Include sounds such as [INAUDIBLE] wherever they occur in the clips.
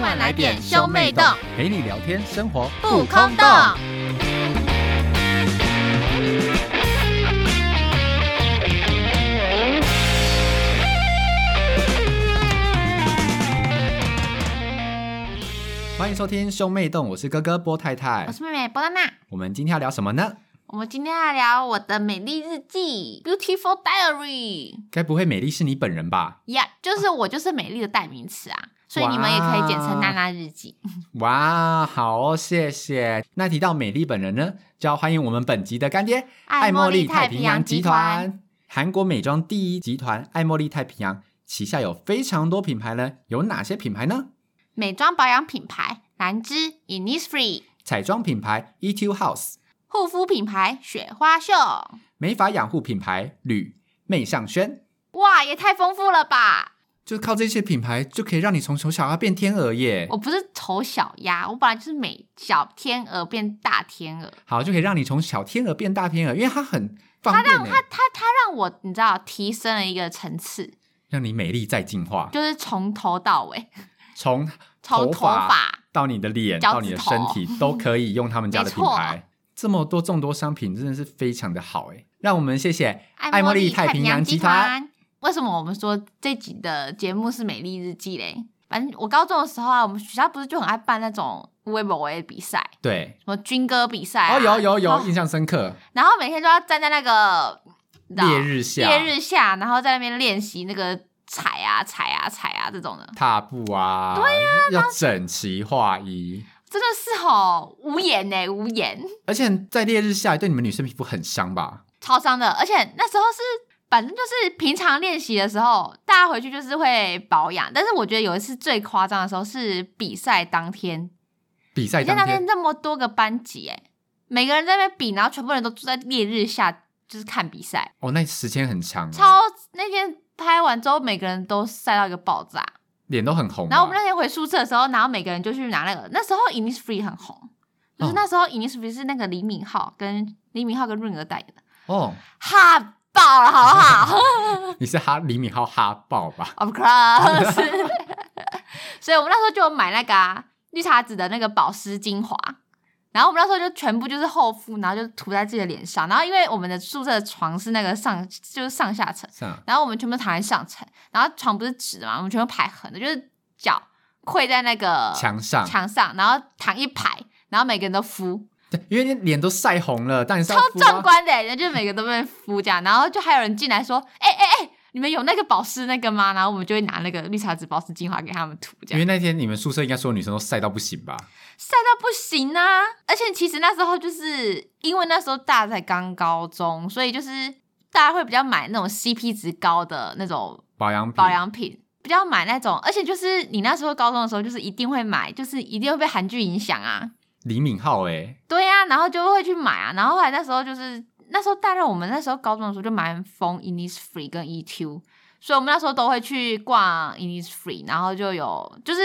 快来点兄妹洞，陪你聊天，生活不空洞。欢迎收听兄妹洞，我是哥哥波太太我。是妹妹波娜娜，我们今天要聊什么呢？我们今天要聊我的美丽日记 （Beautiful Diary）。该不会美丽是你本人吧？呀、就是我就是美丽的代名词啊，所以你们也可以简称娜娜日记。哇，好哦，谢谢。那提到美丽本人呢，就要欢迎我们本集的干爹爱茉莉太平洋集团，韩国美妆第一集团爱茉莉太平洋旗下有非常多品牌呢，有哪些品牌呢？美妆保养品牌兰芝 （Innisfree），彩妆品牌 ETU House，护肤品牌雪花秀。美发养护品牌吕媚尚轩，哇，也太丰富了吧！就靠这些品牌就可以让你从丑小鸭变天鹅耶我！不是丑小鸭，我本来就是美小天鹅变大天鹅。好，就可以让你从小天鹅变大天鹅，因为它很方便耶，它它它让我你知道提升了一个层次，让你美丽再进化，就是从头到 [LAUGHS] 尾，从从头头发到你的脸，脚趾到你的身体，都可以用他们家的品没牌。这么多众多商品真的是非常的好哎，让我们谢谢爱茉茉莉太太平洋洋集团。团。为什么我们说这集的节目是美丽日记嘞？反正我高中的时候啊，我们学校不是就很爱办那种微博的比赛，对，什么军歌比赛、啊，哦，有有有，哦印象深刻，然后每天都要站在那个你知道烈日下，烈日下，然后在那边练习那个踩啊踩啊踩啊这种的，踏步啊，对呀、要整齐划一。真的是吼无言呢、无言，而且在烈日下，对你们女生皮肤很伤吧？超伤的。而且那时候是。反正就是平常练习的时候，大家回去就是会保养。但是我觉得有一次最夸张的时候是比赛当天，比赛比赛当当天天那么多个班级、哎，每个人在那边比，然后全部人都住在烈日下，就是看比赛。哦，那时间很长，超那天拍完之后，每个人都晒到一个爆炸。脸都很红啊吧。然后我们那天回宿舍的时候，然后每个人就去拿那个，那时候 Innisfree 很红，嗯就是那时候 Innisfree 是那个李敏镐跟李敏镐跟润儿代言的，哦，哈爆了，好不好 [LAUGHS] 你是哈李敏镐哈爆吧？ ？Of course，所以我们那时候就有买那个、啊、绿茶婊的那个保湿精华。然后我们那时候就全部就是厚敷，然后就涂在自己的脸上。然后因为我们的宿舍的床是那个上就是上下层。是啊，然后我们全部躺在上层，然后床不是直的嘛，我们全部排横的，就是脚跪在那个墙上，墙上，然后躺一排，然后每个人都敷，对，因为你脸都晒红了，但你是要超敷啊壮观的、欸，人家就是每个都被敷这样，然后就还有人进来说，哎哎哎，你们有那个保湿那个吗？然后我们就会拿那个绿茶籽保湿精华给他们涂，这样因为那天你们宿舍应该所有女生都晒到不行吧？晒到不行啊！而且其实那时候就是因为那时候大家才刚高中，所以就是大家会比较买那种 CP 值高的那种保养品，保养品，比较买那种，而且就是你那时候高中的时候，就是一定会买，就是一定会被韩剧影响啊，李敏镐哎，对呀、然后就会去买啊，然后后来那时候就是那时候大概我们那时候高中的时候就蛮疯 Innisfree 跟 EQ，所以我们那时候都会去逛 Innisfree，然后就有就是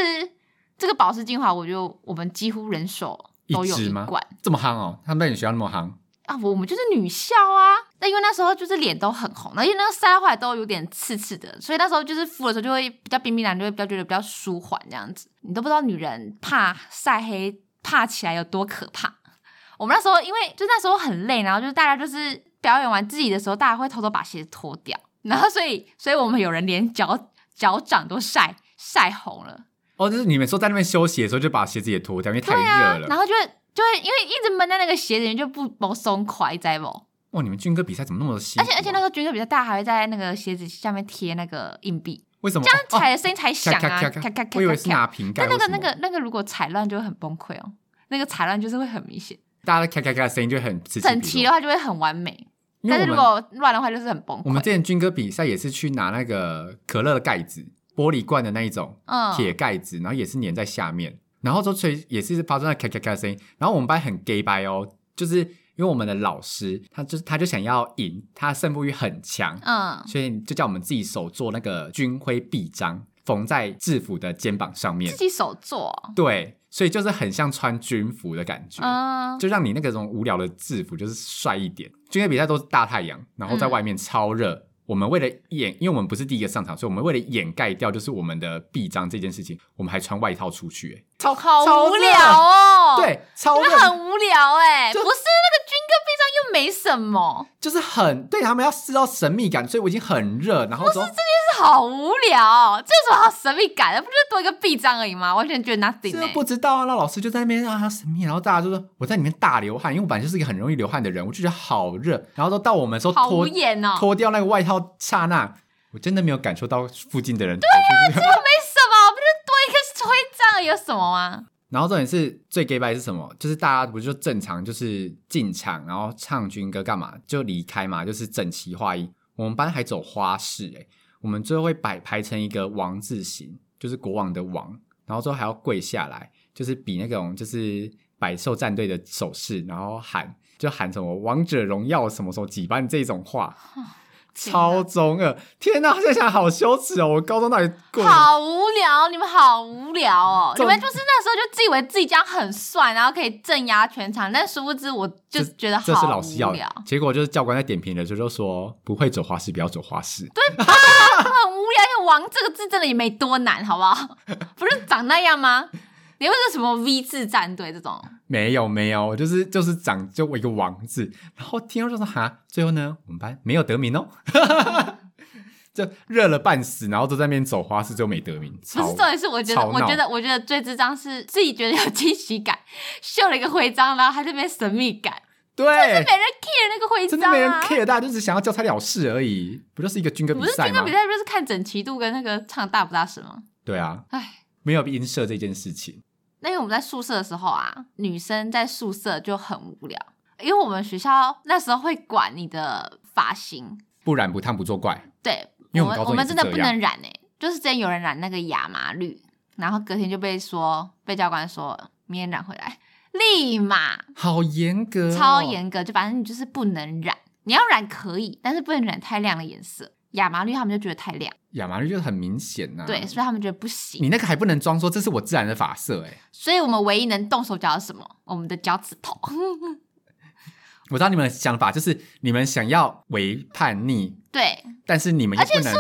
这个保湿精华，我就我们几乎人手都有一支吗罐这么夯哦，他们在你学校那么夯，啊，我们就是女校啊。那因为那时候就是脸都很红，那因为那个腮后来都有点刺刺的，所以那时候就是敷的时候就会比较冰冰凉，就会比较觉得比较舒缓这样子。你都不知道女人怕晒黑怕起来有多可怕。我们那时候因为就那时候很累，然后就是大家就是表演完自己的时候，大家会偷偷把鞋子脱掉，然后所以所以我们有人连脚脚掌都晒晒红了。哦，就是你们说在那边休息的时候就把鞋子也脱掉，因为太对啊热，了。然后就会就会因为一直闷在那个鞋子里面就不不松快，你知道不？哇，你们军歌比赛怎么那么辛而苦且啊而且那时候军歌比较大，还会在那个鞋子下面贴那个硬币，为什么这样哦踩的声音才响啊！咔咔咔咔咔咔咔咔咔！我以为是拿瓶盖但或那什么，个那个那个如果踩乱就会很崩溃哦，那个踩乱就是会很明显，大家的咔咔咔的声音就会很刺激整齐的话就会很完美，因为但我是们如果乱的话就是很崩我们溃。之前军歌比赛也是去拿那个可乐的盖子，玻璃罐的那一种嗯，铁盖子，然后也是粘在下面，然后就吹也是发出那咔咔咔的声音。然后我们班很 gay 掰哦，就是因为我们的老师他就是他就想要赢，他胜负欲很强，嗯，所以就叫我们自己手做那个军徽臂章，缝在制服的肩膀上面自。己手做，对，所以就是很像穿军服的感觉。嗯，就让嗯你那个种无聊的制服就是帅一点。军乐比赛都是大太阳，然后在外面超热，我们为了掩，因为我们不是第一个上场，所以我们为了掩盖掉就是我们的臂章这件事情，我们还穿外套出去、欸，好好无聊哦。哎，，对，超你们冷，很无聊哎、就不是那个军歌臂章又没什么，就是很对他们要制造神秘感，所以我已经很热，然后说就是好无聊，哦这有什么好神秘感的？不就是多一个臂章而已吗？完全觉得 nothing 这哎、都不知道啊，那老师就在那边啊神秘，然后大家就说我在里面大流汗，因为我本来就是一个很容易流汗的人，我就觉得好热，然后都到我们的时候好无脱言哦、脱掉那个外套刹那，我真的没有感受到附近的人对啊，为什么？不就是多一个徽章有什么吗？然后重点是最 gay 白是什么？就是大家不就正常就是进场，然后唱军歌干嘛就离开嘛，就是整齐划一。我们班还走花式诶、我们最后会摆排成一个王字形，就是国王的王，然后最后还要跪下来，就是比那种就是百兽战队的手势，然后喊就喊什么王者荣耀什么什么几班这种话，超中二！天哪，现在想好羞耻哦！我高中到底过得好无聊，你们好无聊哦！你重们就是那时候就自以为自己这样很帅，然后可以镇压全场，但殊不知我就觉得好这是老师要无聊，的。结果就是教官在点评的时候就说不会走花式，不要走花式。对，很无聊。因为“王”这个字真的也没多难，好不 [LAUGHS] 好？不是长那样吗？你又不是什么 V 字战队这种，没有没有，就是就是长就我一个王字。然后听到就说哈，最后呢，我们班没有得名哦， [LAUGHS] 就热了半死，然后都在那边走花式，最后没得名。不超是重点是，我觉得，吵我闹觉得，我觉得最智障是自己觉得有惊喜感，绣了一个徽章，然后还在那边神秘感，对没，人 care 那个徽哎真章的啊，没人 care，大家就只想要交差了事而已，不就是一个军歌不比是赛军歌吗比？赛，不是看整齐度跟那个唱大不大声吗？对啊，唉。没有音社这件事情。那因为我们在宿舍的时候啊，女生在宿舍就很无聊，因为我们学校那时候会管你的发型，不染不烫不作怪，对，因我为我们们高中我们也是真的这不样能染哎、就是之前有人染那个亚麻绿，然后隔天就被说被教官说明天染回来，立马好严格、哦，超。严格，就反正你就是不能染，你要染可以，但是不能染太亮的颜色。亚麻绿他们就觉得太亮，亚麻绿就是很明显啊呐、对，所以他们觉得不行。你那个还不能装说这是我自然的发色哎、所以我们唯一能动手脚的是什么？我们的脚趾头。 [LAUGHS] 我知道你们的想法就是你们想要为叛逆，对，但是你们又而且不能，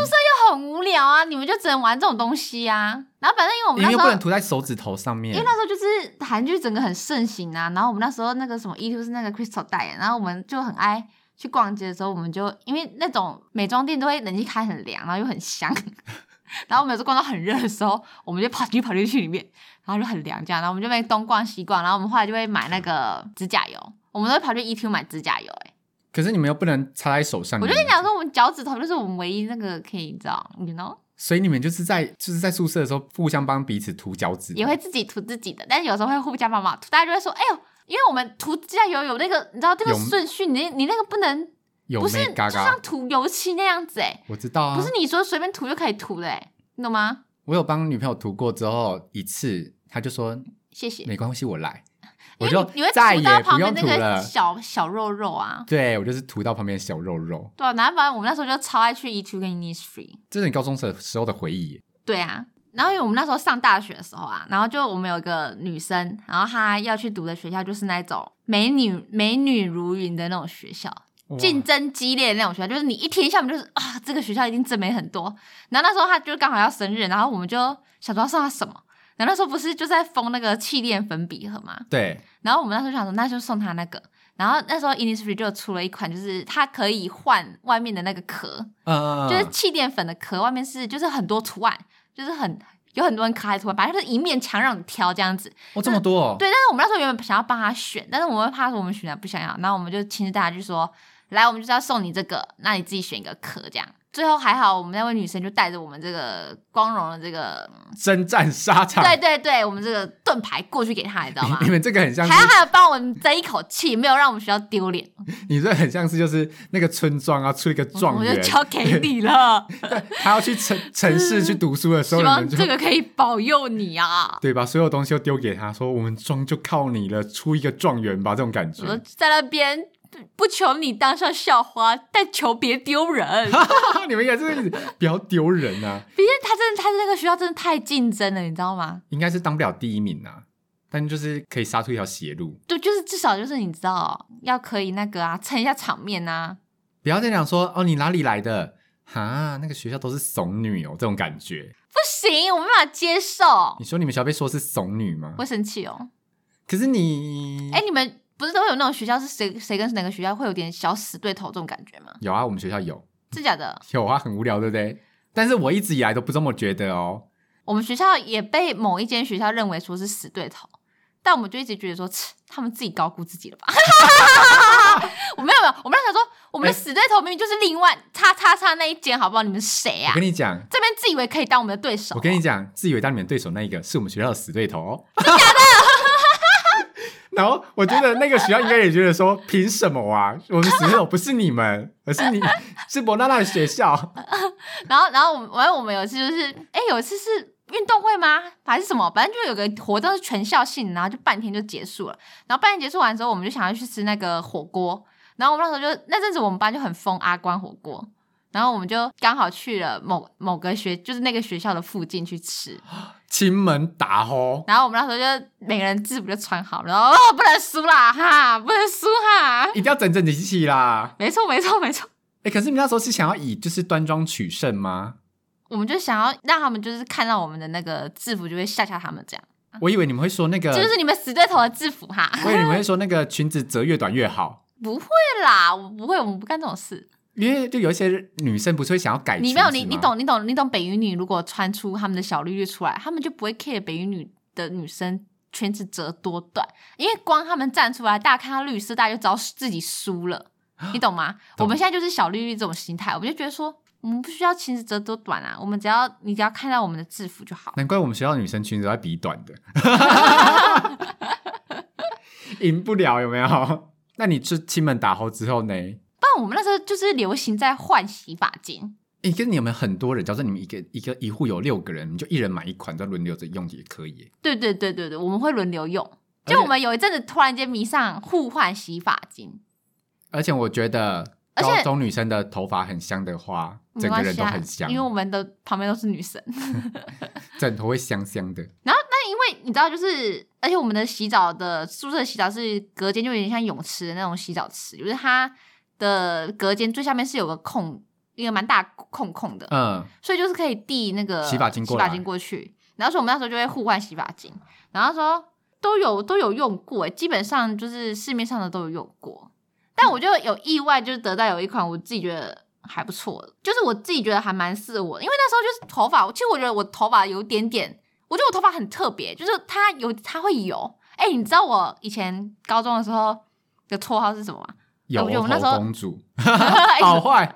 很无聊啊，你们就只能玩这种东西啊。然后反正因为我你们们那又时不候，能涂在手指头上面因为。那时候就是韩剧整个很盛行啊，然后我们那时候那个什么 E two 是那个 Crystal 代言，然后我们就很爱。去逛街的时候，我们就因为那种美妆店都会冷气开很凉，然后又很香， [LAUGHS] 然后我们有时候逛到很热的时候，我们就跑进去跑进去里面，然后就很凉这样，然后我们就被东逛西逛，然后我们后来就会买那个指甲油，我们都会跑去 E two 买指甲油、欸。可是你们又不能擦在手上，我就跟你们你讲说，我们脚趾头就是我们唯一那个可以，你知道，you know。所以你们就是在就是在宿舍的时候互相帮彼此涂脚趾，也会自己涂自己的，但是有时候会互加帮忙涂，大家就会说：“哎呦，因为我们涂指甲油有那个，你知道这个有顺序，你你那个不能有不是没嘎就像嘎？涂油漆那样子哎、我知道啊，不是你说随便涂就可以涂的哎、你懂吗？我有帮女朋友涂过之后一次，她就说谢谢。”没关系，我来，[LAUGHS] 我因就为你你会再涂到也不旁用边那涂个了。小小肉肉啊，对我就是涂到旁边的小肉肉，对啊，然后反正我们那时候就超爱去 E two 跟 Innisfree，这是你高中时时候的回忆耶。对啊，然后因为我们那时候上大学的时候啊，然后就我们有一个女生，然后她要去读的学校就是那种美女美女如云的那种学校，哇竞争激烈的那种学校，就是你一听下面就是啊，这个学校一定正美很多。然后那时候他就刚好要生日，然后我们就想说要送他什么。然后那时候不是就在封那个气垫粉笔盒嘛，对，然后我们那时候想说那就送他那个。然后那时候 Innisfree 就出了一款，就是它可以换外面的那个壳，嗯，就是气垫粉的壳外面是就是很多图案，就是很有很多很可爱的图案，反正就是一面墙让你挑这样子。哦这么多、哦，对，但是我们那时候原本想要帮他选，但是我们怕说我们选的不想要，然后我们就亲自带他去说，来，我们就是要送你这个，那你自己选一个壳这样。最后还好，我们那位女生就带着我们这个光荣的这个，征战沙场。对对对，我们这个盾牌过去给他，你知道吗你？你们这个很像是还，好还有帮我们争一口气，没有让我们学校丢脸，你这很像是就是那个村庄啊，出一个我状就元，交给你了， [LAUGHS] 他要 [LAUGHS] 去城城市去读书的时候，希你望们就这个可以保佑你啊！对吧？所有东西都丢给他，说我们庄就靠你了，出一个状元吧，这种感我觉。在那边不求你当上校花，但求别丢人。 [LAUGHS] 你们也是比较丢人啊，毕竟他真的，他那个学校真的太竞争了，你知道吗？应该是当不了第一名啊，但就是可以杀出一条血路。就就是至少就是你知道要可以那个啊，撑一下场面啊。不要再讲说哦，你哪里来的哈，那个学校都是怂女哦，这种感觉。不行，我没办法接受你，说你们小贝说是怂女吗我？会生气哦。可是你，哎、你们不是都会有那种学校是谁谁跟哪个学校会有点小死对头这种感觉吗？有啊，我们学校有真假的？有啊，很无聊，对不对？但是我一直以来都不这么觉得哦。我们学校也被某一间学校认为说是死对头，但我们就一直觉得说，切他们自己高估自己了吧？ [LAUGHS] 我没有没有，我们那时候哎说，我们的死对头明明就是另外叉叉叉那一间，好不好？你们谁啊我？跟你讲，这边自以为可以当我们的对手，我跟你讲，自以为当你们对手那一个是我们学校的死对头、 [LAUGHS] 哦，真假的？然后我觉得那个学校应该也觉得说，凭什么啊？我们死对头不是 [LAUGHS] 你们，而是你是伯纳纳的学校。然后，然后我们，反正我们有一次就是，哎，有一次是运动会吗？还是什么？反正就有个活动是全校性的，然后就半天就结束了。然后半天结束完之后，我们就想要去吃那个火锅。然后我们那时候就那阵子我们班就很疯阿关火锅，然后我们就刚好去了某某个学，就是那个学校的附近去吃。亲门打吼，然后我们那时候就每个人制服就穿好，然后、哦、不能输啦哈，不能输哈。一定要整整齐齐啦。没错，没错，没错。哎、可是你那时候是想要以就是端庄取胜吗？我们就想要让他们就是看到我们的那个制服就会吓吓他们这样。我以为你们会说那个，嗯就是你们死对头的制服哈。我以为你们会说那个裙子折越短越好， [LAUGHS] 不会啦，我不会，我们不干这种事。因为就有一些女生不是会想要改你裙没有子吗你，你懂，你懂，你懂。北语女如果穿出他们的小绿绿出来，他们就不会 care 北语女的女生裙子折多短，因为光他们站出来，大家看到绿色，大家就知道自己输 [GASPS] 了，你懂吗？懂我们现在就是小绿绿这种心态，我们就觉得说，我们不需要裙子折多短啊，我们只要你只要看到我们的制服就好。难怪我们学校的女生裙子都在比短 [LAUGHS] 的，赢不了有没有？ [LAUGHS] 那你就亲门打吼之后不呢？然我们那时候就是流行在换洗发精，哎、跟你有没有很多人？假设你们一个一个一户有六个人，你就一人买一款，再轮流着用也可以耶。对对对对对，我们会轮流用。而且就我们有一阵子突然间迷上互换洗发精，而且我觉得而且高中女生的头发很香的话，没整个关人系都啊很，香因，为我们的旁边都是女生。枕头会香香的。那因为你知道，就是而且我们的洗澡的宿舍洗澡是隔间，就有点像泳池的那种洗澡池，就是它的隔间最下面是有个空，一个蛮大空空的，嗯，所以就是可以递那个洗发精过洗来发精过去。然后说我们那时候就会互换洗发精，然后说都有都有用过，欸基本上就是市面上的都有用过。但我就有意外，就是得到有一款我自己觉得还不错的，就是我自己觉得还蛮适合我的，因为那时候就是头发，其实我觉得我头发有点点，我觉得我头发很特别，就是它有它会油。哎、你知道我以前高中的时候的绰号是什么 [LAUGHS] 吗？ [LAUGHS] 嗯有我觉得我头那时候公主，哎好坏。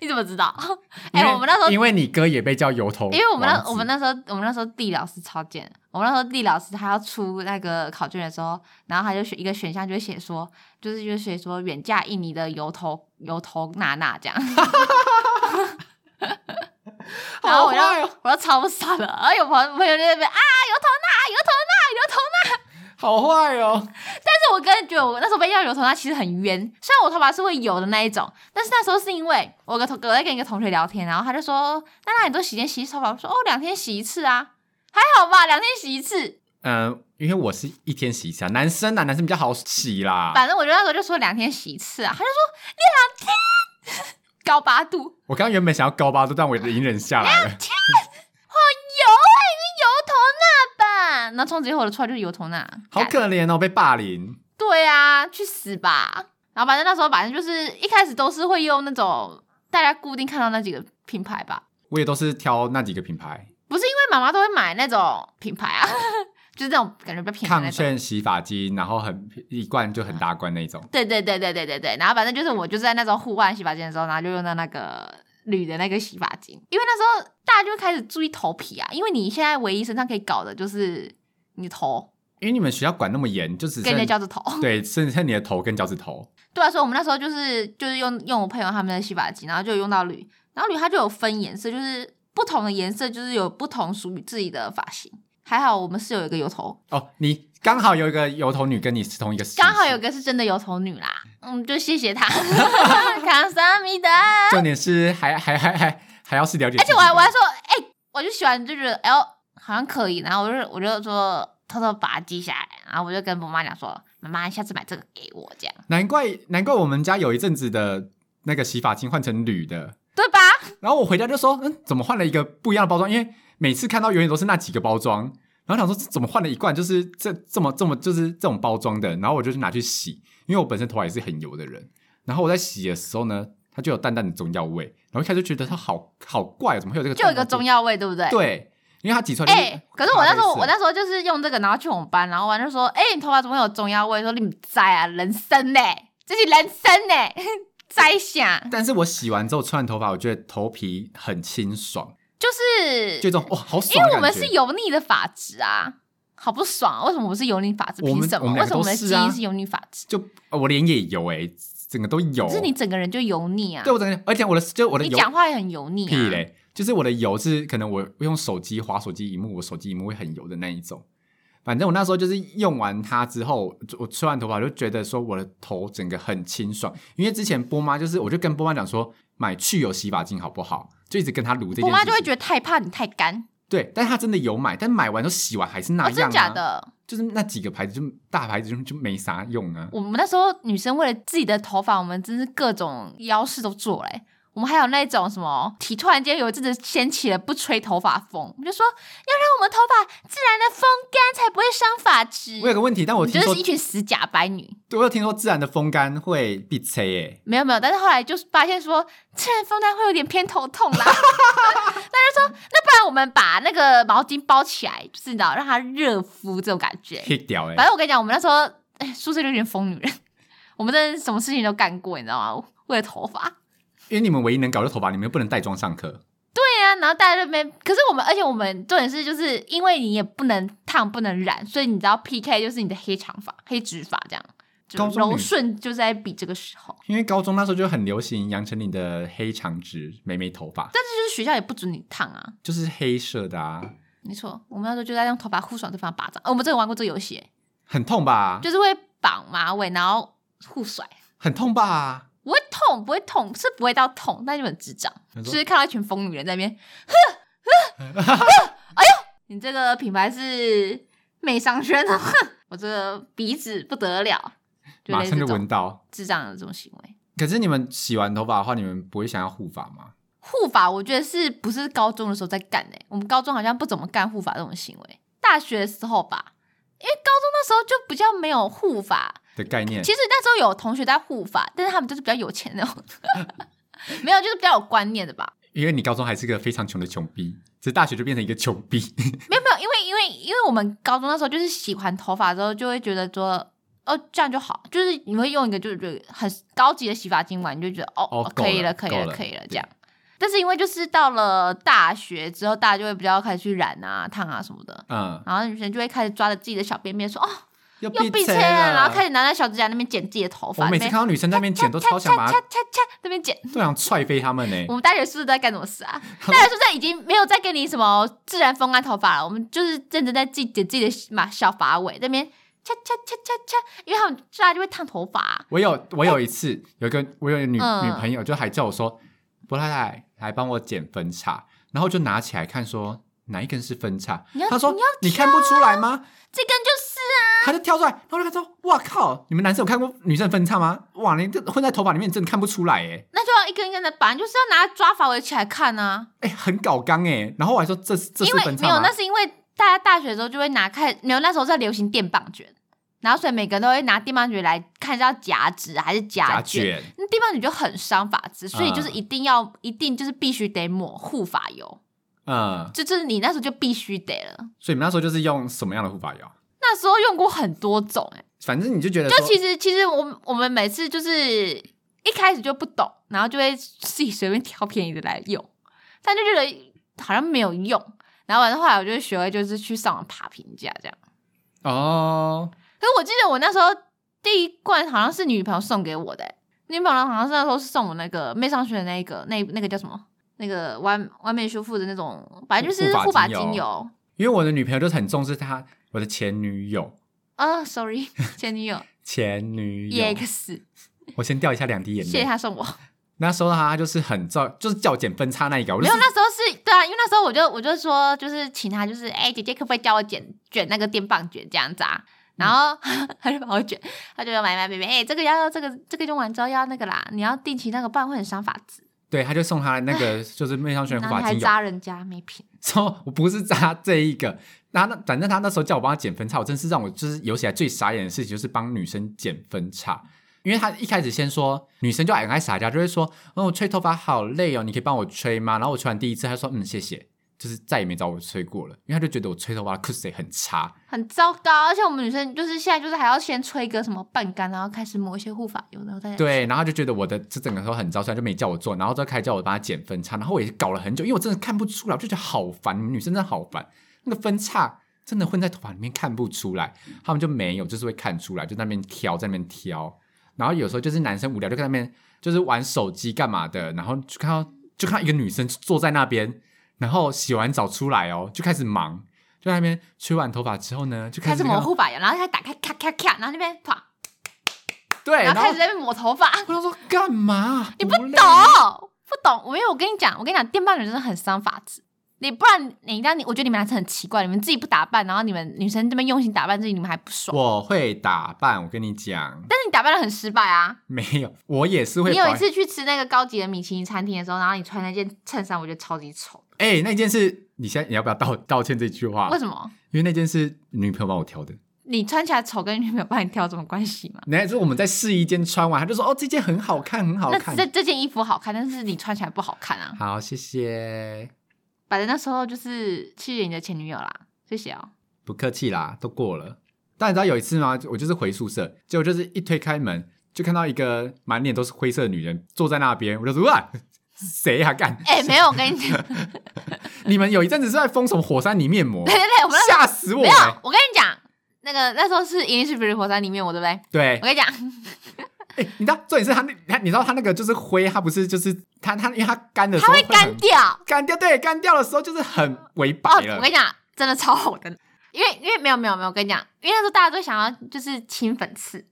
你怎么知道？因哎、为我们那时候因哦为你哥也被叫油头王子，因为我们那我们那时候我们那时候地理老师超贱，我们那时候地理老师他要出那个考卷的时候，然后他就选一个选项就会写说，就是就写说远嫁印尼的油头油头娜娜这样，然后我就、好坏哦我就超不爽了，然后有朋朋友就在那边啊油头娜油头娜油头娜，好坏哦，但是我个人觉得我那时候被叫油头娜其实很冤，虽然我头发是会油的那一种，但是那时候是因为我有个同我在跟一个同学聊天，然后他就说娜娜你都几天洗一次头发？我说哦两天洗一次啊，还好吧两天洗一次。嗯、因为我是一天洗一次啊，男生啊，男生比较好洗啦。反正我就那时候就说两天洗一次啊，他就说两天 [LAUGHS] 高八度，油我刚刚原本想要高八度，但我隐忍下来 [LAUGHS] 了。啊，你是油头娜吧？那从此以后我的绰号就是油头娜，好干可怜哦，被霸凌。对啊，去死吧！然后反正那时候反正就是一开始都是会用那种大家固定看到那几个品牌吧，我也都是挑那几个 [LAUGHS] 品牌，不是因为妈妈都会买那种品牌啊， [LAUGHS] 就是那种感觉比较便宜的抗那种。炫洗发精，然后很一罐就很大罐那种。对对对对对对对，然后反正就是我就是在那时候互换洗发精的时候，然后就用到那个铝的那个洗发精，因为那时候大家就开始注意头皮啊，因为你现在唯一身上可以搞的就是你头因为你们学校管那么严，就只跟你的剩脚趾头， [LAUGHS] [LAUGHS] 对，剩剩你的头跟脚趾头。对啊，所以我们那时候就是就是用用我朋友他们的洗发精，然后就用到铝，然后铝它就有分颜色，就是不同的颜色就是有不同属于自己的发型。还好我们是有一个油头，哦，你刚好有一个油头女跟你是同一个时期，刚好有个是真的油头女啦，嗯，就谢谢她， [LAUGHS] 康萨米达。重点是还还还还还要是了解自而且己的，我还我还说，哎、我就喜欢，就觉得哎呦好像可以，然后我就我就说偷偷把它记下来，然后我就跟我妈讲说，妈妈下次买这个给我，这样难怪难怪我们家有一阵子的那个洗发精换成铝的，对吧？然后我回家就说，嗯，怎么换了一个不一样的包装？因为每次看到永远都是那几个包装，然后想说这怎么换了一罐，就是这这么这么就是这种包装的，然后我就去拿去洗，因为我本身头发也是很油的人，然后我在洗的时候呢，它就有淡淡的中药味，然后一开始就觉得它好好怪，怎么会有这个？就有一个中药味，对不对？。对，因为它挤出来哎、就是、可是我那时候，咖啡色我那时候就是用这个，然后去我们班，然后我就说：“哎、你头发怎么会有中药味？”说你们摘啊，人参呢、这是人参呢、 [LAUGHS] 摘下但是我洗完之后吹完头发，我觉得头皮很清爽，就是就这种哇、好爽因的感觉。为我们是油腻的发质啊，好不爽、啊！为什么我是油腻发质？我们凭什我么？们为两什个么都我们的基是啊因是油腻发质？就呃我脸也油哎、整个都油。就是你整个人就油腻啊对，我整个，而且我的就我的你油讲话也很油腻屁啊。嘞，就是我的油是可能我用手机滑手机荧幕，我手机荧幕会很油的那一种。反正我那时候就是用完它之后，我吹完头发就觉得说我的头整个很清爽，因为之前波妈就是我就跟波妈讲说买去油洗发精好不好，就一直跟她撸这件事情。我妈就会觉得太怕你太干，对，但是她真的有买，但买完都洗完还是那哦，样、啊真的假的？就是那几个牌子就大牌子就就没啥用啊。我们那时候女生为了自己的头发，我们真是各种妖事都做嘞、我们还有那种什么体，突然间有一阵子掀起了不吹头发风，我们就说要让我们头发自然的风干，才不会伤发质。我有个问题，但我你听真的说是一，群死假白女。对我有听说自然的风干会欸必吹耶，没有没有，但是后来就是发现说，自然风干会有点偏头痛啦。那就 [LAUGHS] 说，那不然我们把那个毛巾包起来，就是你知道让它热敷这种感 [LAUGHS] 觉。黑屌反哎，正我跟你讲，我们那时候哎，宿舍就有点疯女人，我们真的什么事情都干过，你知道吗？为了头发。因为你们唯一能搞就头发，你们又不能带妆上课，对啊，然后大家就没，可是我们，而且我们重点是，就是因为你也不能烫，不能染，所以你知道 PK 就是你的黑长发、黑直发这样，就高中女柔顺就在比这个时候，因为高中那时候就很流行杨丞琳的黑长直妹妹头发，但是就是学校也不准你烫啊。就是黑色的啊，没错，我们那时候就在用头发互甩对方的巴掌。呃我们真的玩过这个游戏，很痛吧？就是会绑马尾，然后互甩，很痛吧？不会痛，不会痛，是不会到痛，但就很智障，没就错是看到一群疯女人在那边， [LAUGHS] 呵呵呵，哎呦，你这个品牌是美商轩的，哼，我这个鼻子不得了，就马类似上这就闻种到。智障的这种行为。可是你们洗完头发的话，你们不会想要护发吗？护发，我觉得是不是高中的时候在干呢、欸我们高中好像不怎么干护发这种行为，大学的时候吧，因为高中那时候就比较没有护发。的概念其实那时候有同学在护发，但是他们就是比较有钱那种， [LAUGHS] 没有就是比较有观念的吧。因为你高中还是个非常穷的穷逼，只是大学就变成一个穷逼。没有没有，因为因为因为我们高中那时候就是洗完头发之后，就会觉得说。哦，这样就好，就是你会用一个就是就是很高级的洗发精嘛，你就觉得哦哦够可以了了，可以够了，了可以了对这样。但是因为就是到了大学之后，大家就会比较开始去染啊、烫啊什么的，嗯，然后女生就会开始抓着自己的小便便说哦，又又闭车车了，然后开始拿那小指甲那边剪自己的头我发，每那次边看到女生在那边剪，都超想把掐 [LAUGHS] 她，掐掐那边剪，都想踹飞她们呢、我们大学宿舍在干什么事啊？ [LAUGHS] 大学宿舍已经没有再给你什么自然风干啊头发了，我们就是认真在自己剪自己的马小发尾那边掐掐掐掐掐，因为他们这样就会烫头发、啊我有我有一次，有一个我有一个女、哦嗯女朋友，就还叫我说，波太太来帮我剪分叉，然后就拿起来看说哪一根是分叉你要，啊她说你你看不出来吗？这根就是啊她就跳出来，然后就看说，哇靠，你们男生有看过女生分叉吗？哇，你这混在头发里面，你真的看不出来哎、那就要一根一根的拔，你就是要拿抓发尾起来看啊，哎、很搞刚哎、然后我还说这是这因是为分没叉有，吗那？是因为大家大学的时候就会拿看，没有那时候在流行电棒卷，然后所以每个人都会拿电棒卷来看是要夹直还是假夹卷。卷，那电棒卷就很伤发质，所以就是嗯一定要、一定就是必须得抹护发油。嗯，就就是你那时候就必须得了。所以你们那时候就是用什么样的护发油？那时候用过很多种、欸，反正你就觉得就说，其实其实我们我们每次就是一开始就不懂，然后就会自己随便挑便宜的来用，但就觉得好像没有用。然后完了后来我就学会就是去上网爬评价这样。哦，可是我记得我那时候第一罐好像是女朋友送给我的、欸，女朋友好像是那时候是送我那个妹上学的那一个那那个叫什么？那个完完美修复的那种，反正就是护护发发精油精油。因为我的女朋友就是很重视她，我的前女友，啊、s o r r [LAUGHS] y 前女友，E 前女友， EX，我先掉一下两滴眼谢谢泪。他送我。那时候她就是很照，就是叫我剪分叉那一个，我没就有，是那时候是对啊，因为那时候我就我就说，就是请他，就是哎、姐姐可不可以教我卷卷那个电棒卷这样子啊？然后、 [LAUGHS] 他就帮我卷，他就说买买买买，哎、这个要这个这个用完之后要那个啦，你要定期那个棒会很伤发质。对，他就送他那 [LAUGHS] 个就是面向宣然护后法还精油，扎人家没品，说我不是扎这一个，那那反正他那时候叫我帮他剪分叉，我真是让我就是有史以来最傻眼的事情，就是帮女生剪分叉。因为他一开始先说女生就很爱撒娇，就会说：“嗯，我吹头发好累哦，你可以帮我吹吗？”然后我吹完第一次，他说：“嗯，谢谢。”就是再也没找我吹过了，因为他就觉得我吹头发的 c u s 很差。很糟糕。而且我们女生就是现在就是还要先吹个什么半干，然后开始抹一些护发油，然后再对，然后他就觉得我的这整个时候很糟，所以他就没叫我做，然后就开始叫我帮他剪分叉，然后我也是搞了很久，因为我真的看不出来，我就觉得好烦，你们女生真的好烦，那个分叉真的混在头发里面看不出来，他们就没有，就是会看出来，就在那边挑，在那边挑，然后有时候就是男生无聊就在那边就是玩手机干嘛的，然后就看到就看到一个女生坐在那边，然后洗完澡出来哦，就开始忙，就在那边吹完头发之后呢，就开开始始抹看到护发油，然后开始打开咔咔咔，然后那边啪，对，然然后开始在那边抹头发。我想说干嘛？你不不懂累吗，不懂。我因为我跟你讲，我跟你讲，电棒女真的很伤发质。你不然你让你，我觉得你们男生很奇怪，你们自己不打扮，然后你们女生这边用心打扮自己，你们还不爽。我会打扮，我跟你讲，但是你打扮的很失败啊！没有， [LAUGHS] 我也是会你有保一，次去吃那个高级的米其林餐厅的时候，然后你穿那件衬衫，我觉得超级丑。哎、那件事，你现在你要不要道道歉这句话？为么？什么？因为那件事女朋友帮我挑的。你穿起来丑跟女朋友帮你挑有什么关系吗？那是我们在试衣间穿完，她就说：“哦，这件很好看，很好那看。这这件衣服好看，但是你穿起来不好看” [LAUGHS] 啊！好，谢谢，反正那时候就是谢谢你的前女友啦，谢谢哦。不客气啦，都过了。但你知道有一次吗？我就是回宿舍，结果就是一推开门，就看到一个满脸都是灰色的女人坐在那边，我就说：“哇，谁呀、干？哎、没有，我跟你讲， [LAUGHS] 对你们有一阵子是在封什么火山泥面膜对？对，我们那时候吓死我没有了、，我跟你讲，那个那时候是《一定是比如火山》里面我对不对？对我，跟你讲， [LAUGHS] 哎、你知道重点是他那他，你知道他那个就是灰，它不是就是它它，因为它干的时它候会干很掉干掉，对，干掉的时候就是很微白哦。了。我跟你讲，真的超红的，因为因为没有没有没有，我跟你讲，因为那时候大家都想要就是清粉刺，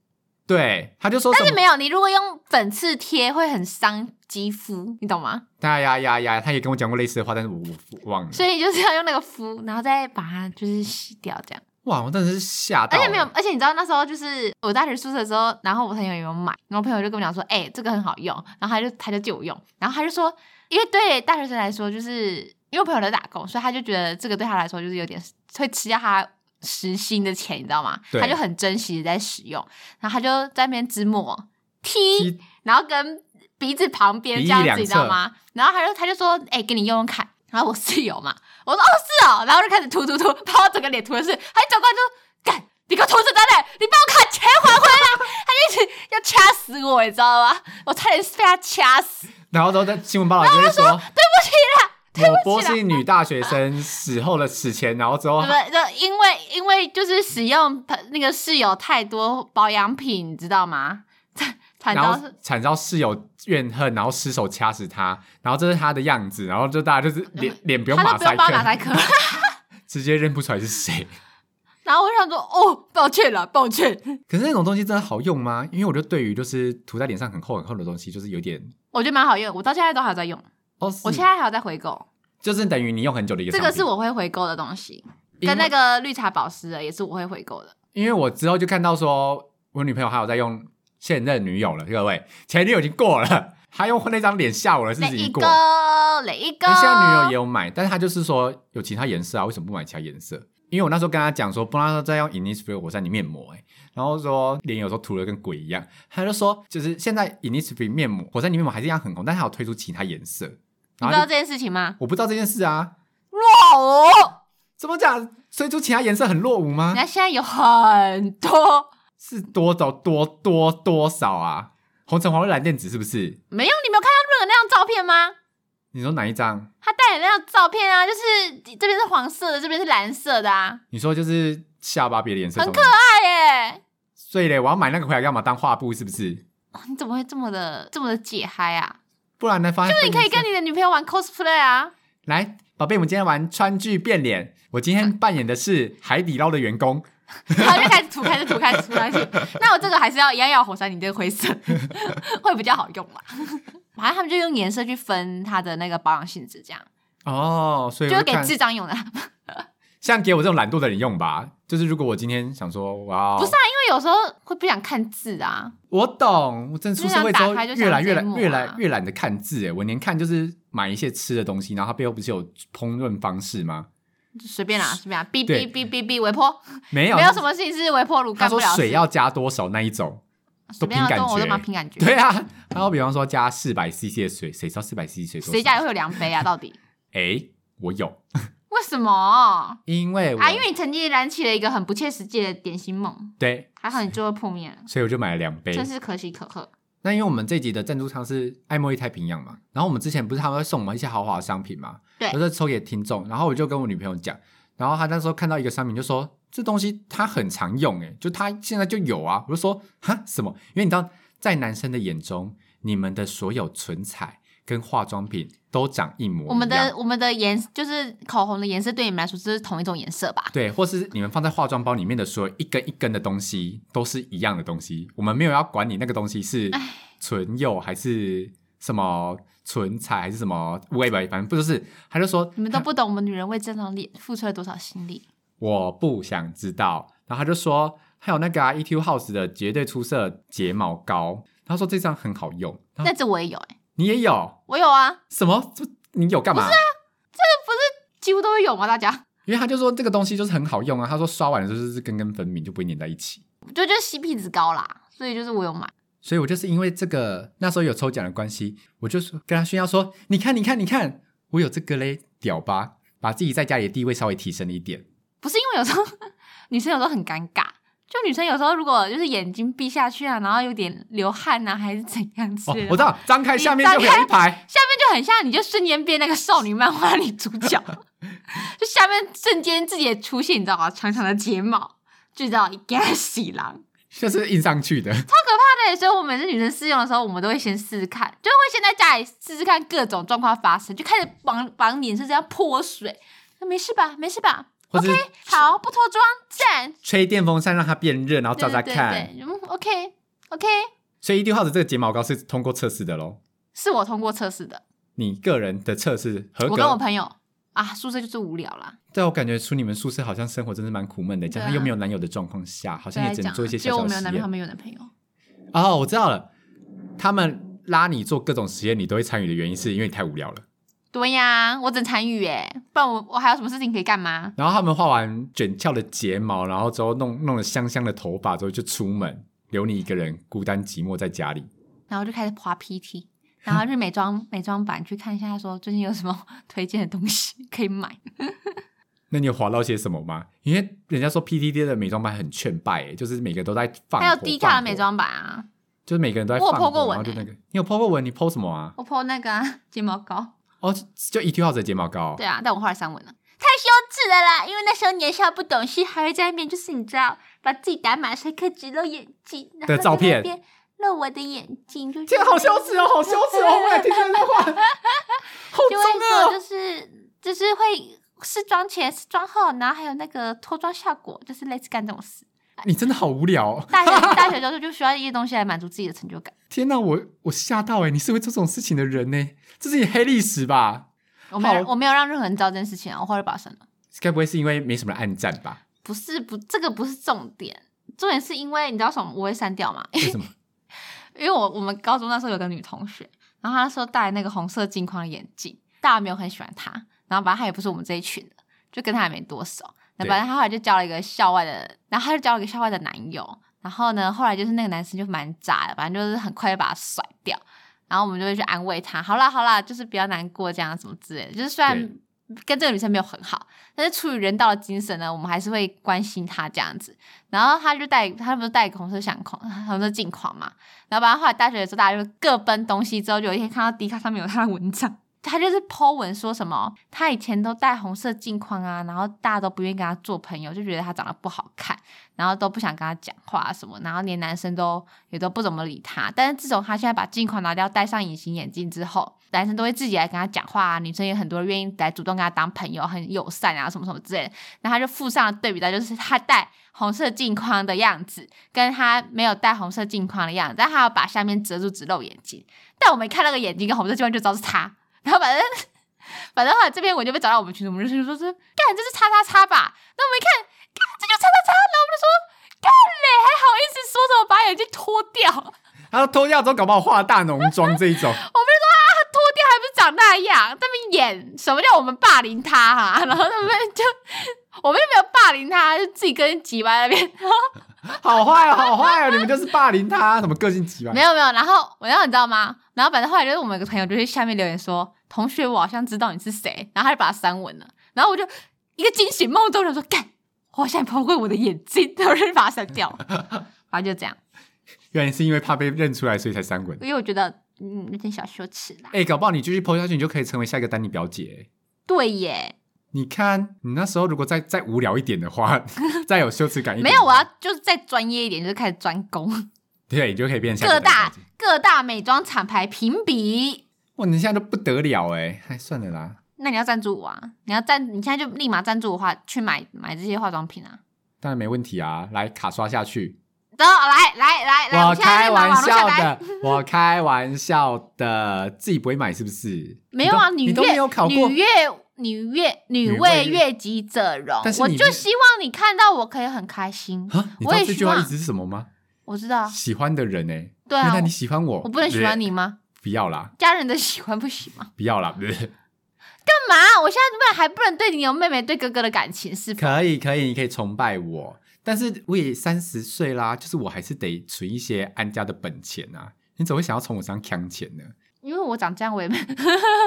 对，他就说什但是么没有，你如果用粉刺贴会很伤肌肤，你懂吗？他呀呀呀，他也跟我讲过类似的话，但是我我我忘了。所以就是要用那个敷，然后再把它就是洗掉这样。哇，我真的是吓到而了。且没有，而且你知道那时候就是我大学宿舍的时候，然后我朋友也有买，然后朋友就跟我讲说，哎、这个很好用，然后他就他就借我用，然后他就说，因为对大学生来说，就是因为我朋友在打工，所以他就觉得这个对他来说就是有点会吃掉他时薪的钱，你知道吗？对他就很珍惜的在使用，然后他就在那边只抹踢踢，然后跟鼻子旁边鼻这翼样子，两你知道侧吗？然后他就他就说，哎、给你用用看。然后我室友嘛，我说哦是哦，然后就开始涂涂涂，把我整个脸涂的是，还走过来就干，你给我涂这张脸，你帮我把钱还回来，他就一直要掐死我，你知道吗？我差点被他掐死，然后都在新闻报道就会说 [LAUGHS] 对不起啦，我波啦士女大学生死后的死前，然后之后对不对？就因为因为就是使用呃那个室友太多保养品，你知道吗？ [LAUGHS] 惨然到后惨遭室友怨恨，然后失手掐死他，然后这是他的样子，然后就大家就是脸脸不用他马都不赛用帮我拿克，塞克。直接认不出来是谁。 [LAUGHS] 然后我想说，哦，抱歉了，抱歉。可是那种东西真的好用吗？因为我就对于就是涂在脸上很厚很厚的东西，就是有点我觉得蛮好用，我到现在都还有在用，哦，我现在在还有在回购，就是等于你用很久的一个这产个品。是我会回购的东西，因为跟那个绿茶保湿的也是我会回购的。因为我之后就看到说，我女朋友还有在用现任女友了，各位前女友已经过了，她用那张脸吓我的事哪情已一经过。个？哪一个？因为现在女友也有买，但是她就是说有其他颜色啊，为什么不买其他颜色？因为我那时候跟她讲说，不然她在用 Innisfree 火山泥面膜、欸，然后说脸有时候涂的跟鬼一样，她就说就是现在 Innisfree 面膜火山泥面膜还是一样很红，但是她有推出其他颜色，你然知道后她这就件事情吗？我不知道这件事啊，哦，怎么讲？推出其他颜色很落伍吗人？家现在有很多，是多少多多多少啊？红橙黄绿蓝靛紫是不是？没有，你没有看到润儿那张照片吗？你说哪一张？他戴的那张照片啊，就是这边是黄色的，这边是蓝色的啊，你说就是下巴别的颜色，很可。爱耶！所以嘞，我要买那个回来干嘛？当画布是不是？哦你怎么会这么的这么的解嗨啊？不然呢？发现那你可以跟你的女朋友玩 cosplay 啊。来，宝贝，我们今天玩川剧变脸。我今啊天扮演的是海底捞的员工。然后就开始涂，开始涂，开始涂上去。那我这个还是要一样要火山泥这个灰色， [LAUGHS] 会比较好用啦。 [LAUGHS] 反正他们就用颜色去分它的那个保养性质，这样哦，所以就我是就给 [LAUGHS] 看智障用的。像给我这种懒惰的人用吧。就是如果我今天想说我要，不是啊，因为有时候会不想看字啊，我懂，我真的出社会之后就想打开就想越来越节懒目啊越来越懒得看字哎，我连看就是买一些吃的东西，然后它背后不是有烹饪方式吗？就随便啦，随便啦，啊哔对哔哔哔哔，微波，没有，没有什么事情是微波炉他干不说了的事。水要加多少那一种？随便要都凭感动，我都觉蛮凭感觉。对，啊，然后比方说加四百 CC 的水，谁知道四百 CC 水多少？谁家里会有量杯啊？到底哎，我有，为什么啊？因为我因为你曾经燃起了一个很不切实际的点心梦，对，还好你最后破灭了，所以我就买了两杯。真是可喜可贺。那因为我们这集的赞助商是爱茉莉太平洋嘛，然后我们之前不是他们会送我们一些豪华的商品嘛，对我就抽给听众，然后我就跟我女朋友讲，然后她那时候看到一个商品就说这东西她很常用、欸，就她现在就有啊，我就说哈什么？因为你知道，在男生的眼中，你们的所有唇彩跟化妆品都长一模一样，我们的我们的颜就是口红的颜色，对你们来说是同一种颜色吧？对，或是你们放在化妆包里面的所有一根一根的东西都是一样的东西，我们没有要管你那个东西是唇釉还是什么唇彩还是什么 w 吧，反正不就是，他就说你们都不懂我们女人为这张脸付出了多少心力。我不想知道，然后他就说还有那个、啊、EQ House 的绝对出色睫毛膏，他说这张很好用，然后但这我也有哎、你也有我有啊，什么？这你有干嘛？几乎都会有嘛，大家。因为他就说这个东西就是很好用啊，他说刷完的时候就是根根分明，就不会粘在一起。我觉得就是 CP 值高啦，所以就是我有买。所以我就是因为这个那时候有抽奖的关系，我就说跟他炫耀说：“你看，你看，你看，我有这个嘞，屌吧！”把自己在家里的地位稍微提升了一点。不是因为有时候 [LAUGHS] 女生有时候很尴尬，就女生有时候如果就是眼睛闭下去啊，然后有点流汗啊，还是怎样之哦类，的，我知道，张开下面就你会张开有一排，下面就很像你就瞬间变那个少女漫画女主角， [LAUGHS] 就下面瞬间自己也出现，你知道吗？长长的睫毛，就知道 g a s 狼。就是印 [LAUGHS] 上去的。哦对，所以我每次女生试用的时候，我们都会先试试看，就会先在家里试试看各种状况发生，就开始往往脸上这样泼水。那没事吧？没事吧或者？OK，是好，不脱妆，赞。吹电风扇让它变热，然后照对照对对看。对，嗯，OK OK，所以一丢号的这个睫毛膏是通过测试的喽。是我通过测试的，你个人的测试合我跟我格，朋友啊，宿舍就是无聊啦，对我感觉出你们宿舍好像生活真的蛮苦闷的，加上对啊又没有男友的状况下，好像也就在只能啊讲做一些只有小我小没有实男朋友，他验。们有男朋友，哦，我知道了，他们拉你做各种实验，你都会参与的原因是因为你太无聊了。对呀，我只能参与哎，不然我我还有什么事情可以干吗？然后他们画完卷翘的睫毛，然后之后弄弄了香香的头发之后就出门，留你一个人孤单寂寞在家里。然后就开始滑 PT，然后去 [LAUGHS] 美妆美妆版去看一下，说最近有什么 [LAUGHS] 推荐的东西可以买。那你有滑到些什么吗？因为人家说 PTT 的美妆版很劝败、欸，就是每个都在放火。还有低卡的放火美，妆版啊，就是每个人都在我有放 po 过火文然后就欸那个，你有 po 过文？你 po 什么啊？我 p 那个、啊、睫毛膏，哦，就 EQ 号的睫毛膏对。啊，但我后来删文了。太羞耻了啦！因为那时候年少不懂事，还会在那边就是你知道，把自己打马赛克、只露眼睛然后的照片在那边露我的眼睛，就天啊，好羞耻哦，好羞耻哦！我也听到 [LAUGHS] 这话，好就会重说哦。就是就是会试妆前、试妆后，然后还有那个脱妆效果，就是类似干这种事。你真的好无聊、哦。大 [LAUGHS] 学大学的时候就需要一些东西来满足自己的成就感。天哪，我我吓到哎、你是会做这种事情的人呢、这是你黑历史吧？我没有好我没有让任何人知道这件事情啊，我后来把它删了。该不会是因为没什么人暗赞吧？不是不，这个不是重点，重点是因为你知道什么？我会删掉吗？ [LAUGHS] 为什么？因为我我们高中那时候有个女同学，然后她说戴那个红色镜框的眼镜，大家没有很喜欢她，然后反正她也不是我们这一群的，就跟她也没多熟。那对反正她后来就交了一个校外的，然后她就交了一个校外的男友，然后呢，后来就是那个男生就蛮渣的，反正就是很快就把她甩掉。然后我们就会去安慰她，好啦好啦，就是不要难过这样什么之类的。就是虽然对跟这个女生没有很好，但是出于人道的精神呢，我们还是会关心她这样子。然后她就戴，她不是戴一个红色相框、红色镜框嘛，然后反正后来大学的时候，大家就各奔东西。之后，就有一天看到迪卡上面有他的文章，他就是 po 文说什么，他以前都戴红色镜框啊，然后大家都不愿意跟他做朋友，就觉得他长得不好看，然后都不想跟他讲话什么，然后连男生都也都不怎么理他。但是自从他现在把镜框拿掉，戴上隐形眼镜之后，男生都会自己来跟他讲话啊，女生也很多愿意来主动跟他当朋友，很友善啊，什么什么之类的。然后他就附上了对比照，就是他戴红色镜框的样子，跟他没有戴红色镜框的样子，但他要把下面遮住，只露眼睛。但我没看那个眼睛跟红色镜框，就知道是他。然后反正反正后来这篇文就被找到我们群组，我们就说说干这是叉叉叉吧，那我们一看，干这就叉叉叉，然后我们就说干嘞，还好意思说什么把眼镜脱掉，啊我他说脱掉之后，搞不好化大浓妆这 [LAUGHS] 一种，们就说啊脱掉还不是长那样，他们演什么叫我们霸凌他哈、然后他们就 [LAUGHS] 我们就没有霸凌他，就自己跟挤歪那边，然后好坏哦，好坏哦，你们就是霸凌他，什么个性奇怪没？有没有，然后然后你知道吗？然后反正后来就是我们有个朋友就去下面留言说，同学我好像知道你是谁，然后他就把他删文了，然后我就一个惊醒梦中想说，干，我好像跑过我的眼睛，然后我就把它删掉， [LAUGHS] 反正就这样，原来是因为怕被认出来，所以才三滚。因为我觉得嗯有点小羞耻啦。哎、搞不好你继续剖下去，你就可以成为下一个丹尼表姐、欸对耶，你看，你那时候如果再再无聊一点的 [LAUGHS] 话，再有羞耻感一点，没有，啊我要就是再专业一点，就是开始专攻对，你就可以变成下各一个丹尼大表姐。各大美妆厂牌评比。哇，你现在都不得了哎，哎，算了啦。那你要赞助我啊！你要赞，你现在就立马赞助我话去买买这些化妆品啊！当然没问题啊，来卡刷下去。走，来来来来，我现在开立马玩网络下笑单。的， [LAUGHS] 我开玩笑的，自己不会买是不是？没有啊，你女都你都乐没有考过女乐女乐女女为为悦己者容但，是我你就越希望你看到我可以很开心。啊？你知我也道这句话希意望思是什么吗？我知道，喜欢的人哎，对啊原来你喜欢我，我不能喜欢，你吗？ [LAUGHS] 不要啦，家人的喜欢不喜欢？不要啦， [LAUGHS] 干嘛？我现在不能还不能对你有妹妹对哥哥的感情是吧？可以可以，你可以崇拜我，但是我也三十岁啦，就是我还是得存一些安家的本钱啊。你怎么会想要从我身上抢钱呢？因为我长这样，我也没 [LAUGHS]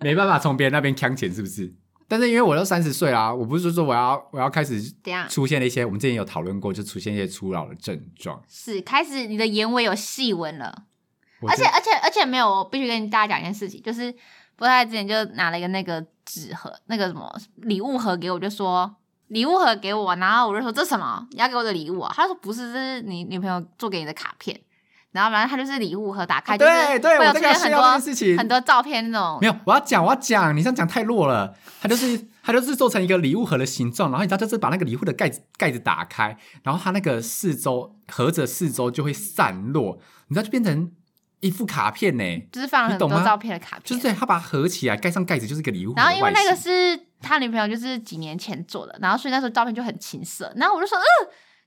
没办法从别人那边抢钱，是不是？但是因为我都三十岁啦，我不是说我要我要开始怎样。出现了一些，我们之前有讨论过，就出现一些初老的症状。是开始你的眼尾有细纹了，我而且觉得而且而且没有，我必须跟大家讲一件事情，就是波太之前就拿了一个那个纸盒，那个什么礼物盒给我，就说礼物盒给我，啊然后我就说这什么？你要给我的礼物啊？他说不是，这是你女朋友做给你的卡片。然后反正他就是礼物盒打开，啊就是对对会有我出在现很跟他炫耀这件事多情很多照片那种没。有，我要讲我要讲，你这样讲太弱了。它就是它就是做成一个礼物盒的形状，然后你知道就是把那个礼物的盖子盖子打开，然后它那个四周盒子的四周就会散落，你知道就变成一副卡片呢、就是放了很你懂多吗照片的卡片，就是对，它把它合起来，盖上盖子就是一个礼物盒的然外后形。因为那个是他女朋友，就是几年前做的，然后所以那时候照片就很青涩。然后我就说，嗯、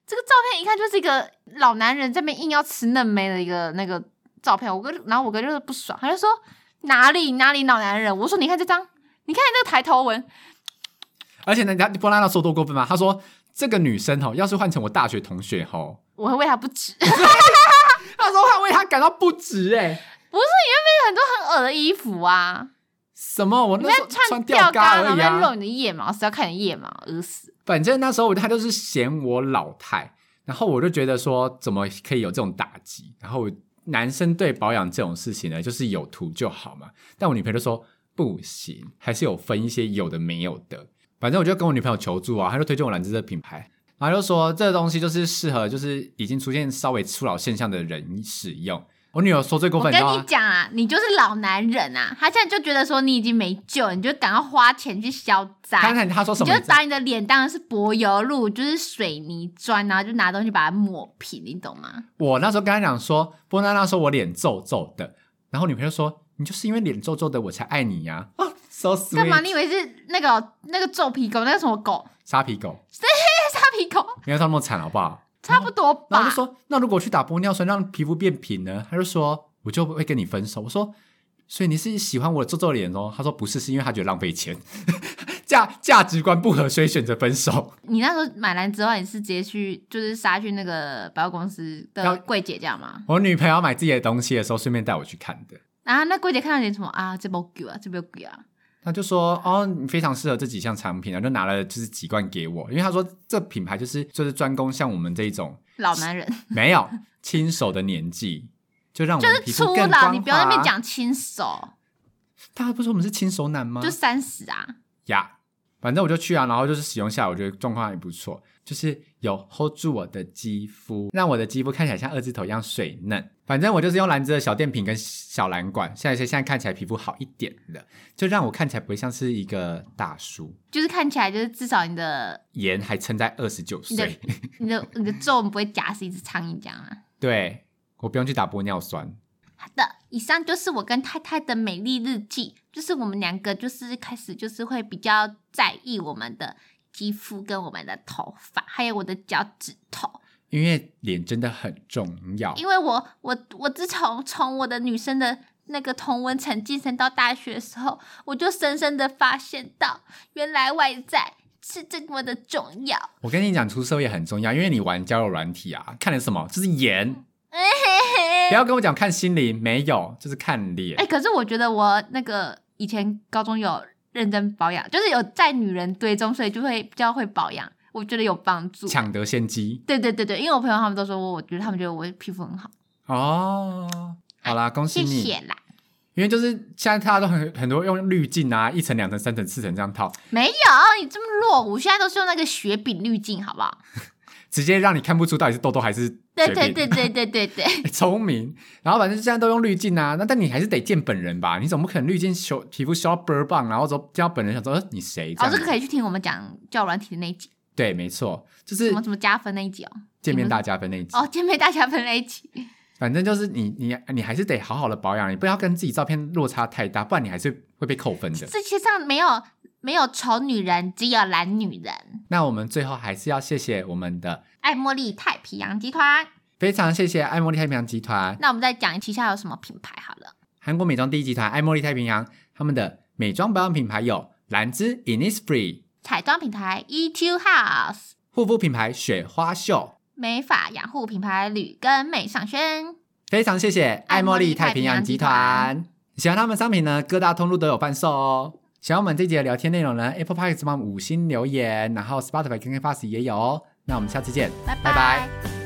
这个照片一看就是一个老男人这边硬要吃嫩妹的一个那个照片。我哥，然后我哥就是不爽，他就说哪里哪里老男人。我说你看这张，你看这个抬头纹，而且呢，人家波拉娜说多过分吗？他说这个女生哦，要是换成我大学同学哦，我会为他不值。 [LAUGHS] 他说他为他感到不值哎、不是因为很多很恶的衣服啊，什么？我你那在时候穿吊吊嘎，嘎然而后已在露啊。你的腋毛，谁要看你的腋毛，恶死。反正那时候他就是嫌我老态，然后我就觉得说怎么可以有这种打击？然后我男生对保养这种事情呢，就是有图就好嘛。但我女朋友就说不行，还是有分一些有的没有的。反正我就跟我女朋友求助啊，她就推荐我兰芝的品牌，然后就说这个东西就是适合就是已经出现稍微初老现象的人使用。我女友说最过我分，跟你知道你吗？讲啊，你就是老男人啊！他现在就觉得说你已经没救了，你就赶快花钱去消灾。她看她说什你么？就知道吗把你的脸当然是柏油路，就是水泥砖，然后就拿东西把它抹平，你懂吗？我那时候跟他讲说，波娜娜说我脸皱皱的，然后女朋友说你就是因为脸皱皱的我才爱你呀、啊，so 干嘛？ sweet，你以为是那个那个皱皮狗，那个什么 [LAUGHS] 狗？沙皮狗，那沙皮狗，没有他那么惨好不好？差不多吧。然后我就说，那如果去打玻尿酸让皮肤变平呢？他就说我就会跟你分手。我说，所以你是喜欢我皱皱脸哦？他说不是，是因为他觉得浪费钱， [LAUGHS] 价价值观不合，所以选择分手。你那时候买兰之后，你是直接去就是杀去那个百货公司的要柜姐这样吗？我女朋友买自己的东西的时候，顺便带我去看的。然后那柜姐看到你什么啊？这包狗啊，这包狗啊，他就说：“哦，你非常适合这几项产品啊！”就拿了就是几罐给我，因为他说这品牌就是就是专攻像我们这一种老男 [LAUGHS] 人没有亲手的年纪，就让我就们是皮初肤更光老，滑。啊你不要在那边，讲亲手，大家不是说我们是亲手男吗？就三十啊。呀反正我就去啊，然后就是使用下来，我觉得状况还不错，就是有 hold 住我的肌肤，让我的肌肤看起来像二字头一样水嫩。反正我就是用兰芝的小电瓶跟小蓝管，现在现在看起来皮肤好一点了，就让我看起来不会像是一个大叔。就是看起来，就是至少你的、盐还撑在二十 [LAUGHS] 九你的岁，、你的、你的皱不会夹死一只苍蝇这样啊。对我不用去打玻尿酸。好的，以上就是我跟太太的美丽日记，就是我们两个就是开始就是会比较在意我们的肌肤跟我们的头发，还有我的脚趾头。因为脸真的很重要。因为我我我自从从我的女生的那个同温层晋升到大学的时候，我就深深的发现到，原来外在是这么的重要。 [LAUGHS] 我跟你讲，出社会很重要，因为你玩交友软体啊，看的什么？就是嗯颜。不要跟我讲看心灵，没有，就是看脸。哎、可是我觉得我那个以前高中有认真保养，就是有在女人堆中，所以就会比较会保养，我觉得有帮助。抢得先机对对对对，因为我朋友他们都说我，我觉得他们觉得我皮肤很好，哦。好啦，恭喜哎谢你！谢啦。因为就是现在大家都很很多用滤镜啊，一层、两层、三层、四层这样套，没有，你这么弱，我现在都是用那个雪饼滤镜，好不好？直接让你看不出到底是痘痘还是对水对病对对对对 [LAUGHS] 对。聪明，然后反正现在都用滤镜啊，那但你还是得见本人吧？你总不可能滤镜修皮肤修到倍儿棒，然后之后见到本人想说，呃，你谁？这哦，样这子、个可以去听我们讲教软体的那一集，对，没错，就什是么什么加分那一集哦。见面大加分那一集。哦，姐妹大加分那一集，反正就是你你你还是得好好的保养，你不要跟自己照片落差太大，不然你还是会被扣分的。世界上没有没有丑女人，只有懒女人。那我们最后还是要谢谢我们的，爱茉莉太平洋集团，非常谢谢爱茉莉太平洋集团、那我们再讲旗下有什么品牌好了。韩国美妆第一集团爱茉莉太平洋，他们的美妆保养品牌有兰芝 Innisfree，彩妆品牌 EQ House，护肤品牌雪花秀。美发养护品牌吕根妹上轩。非常谢谢爱茉莉太平洋集团。喜欢他们商品呢，各大通路都有贩售哦。喜欢我们这集的聊天内容呢，Apple Podcast 帮我们五星留言，然后 Spotify、KK Plus 也有哦。那我们下次见，拜拜拜拜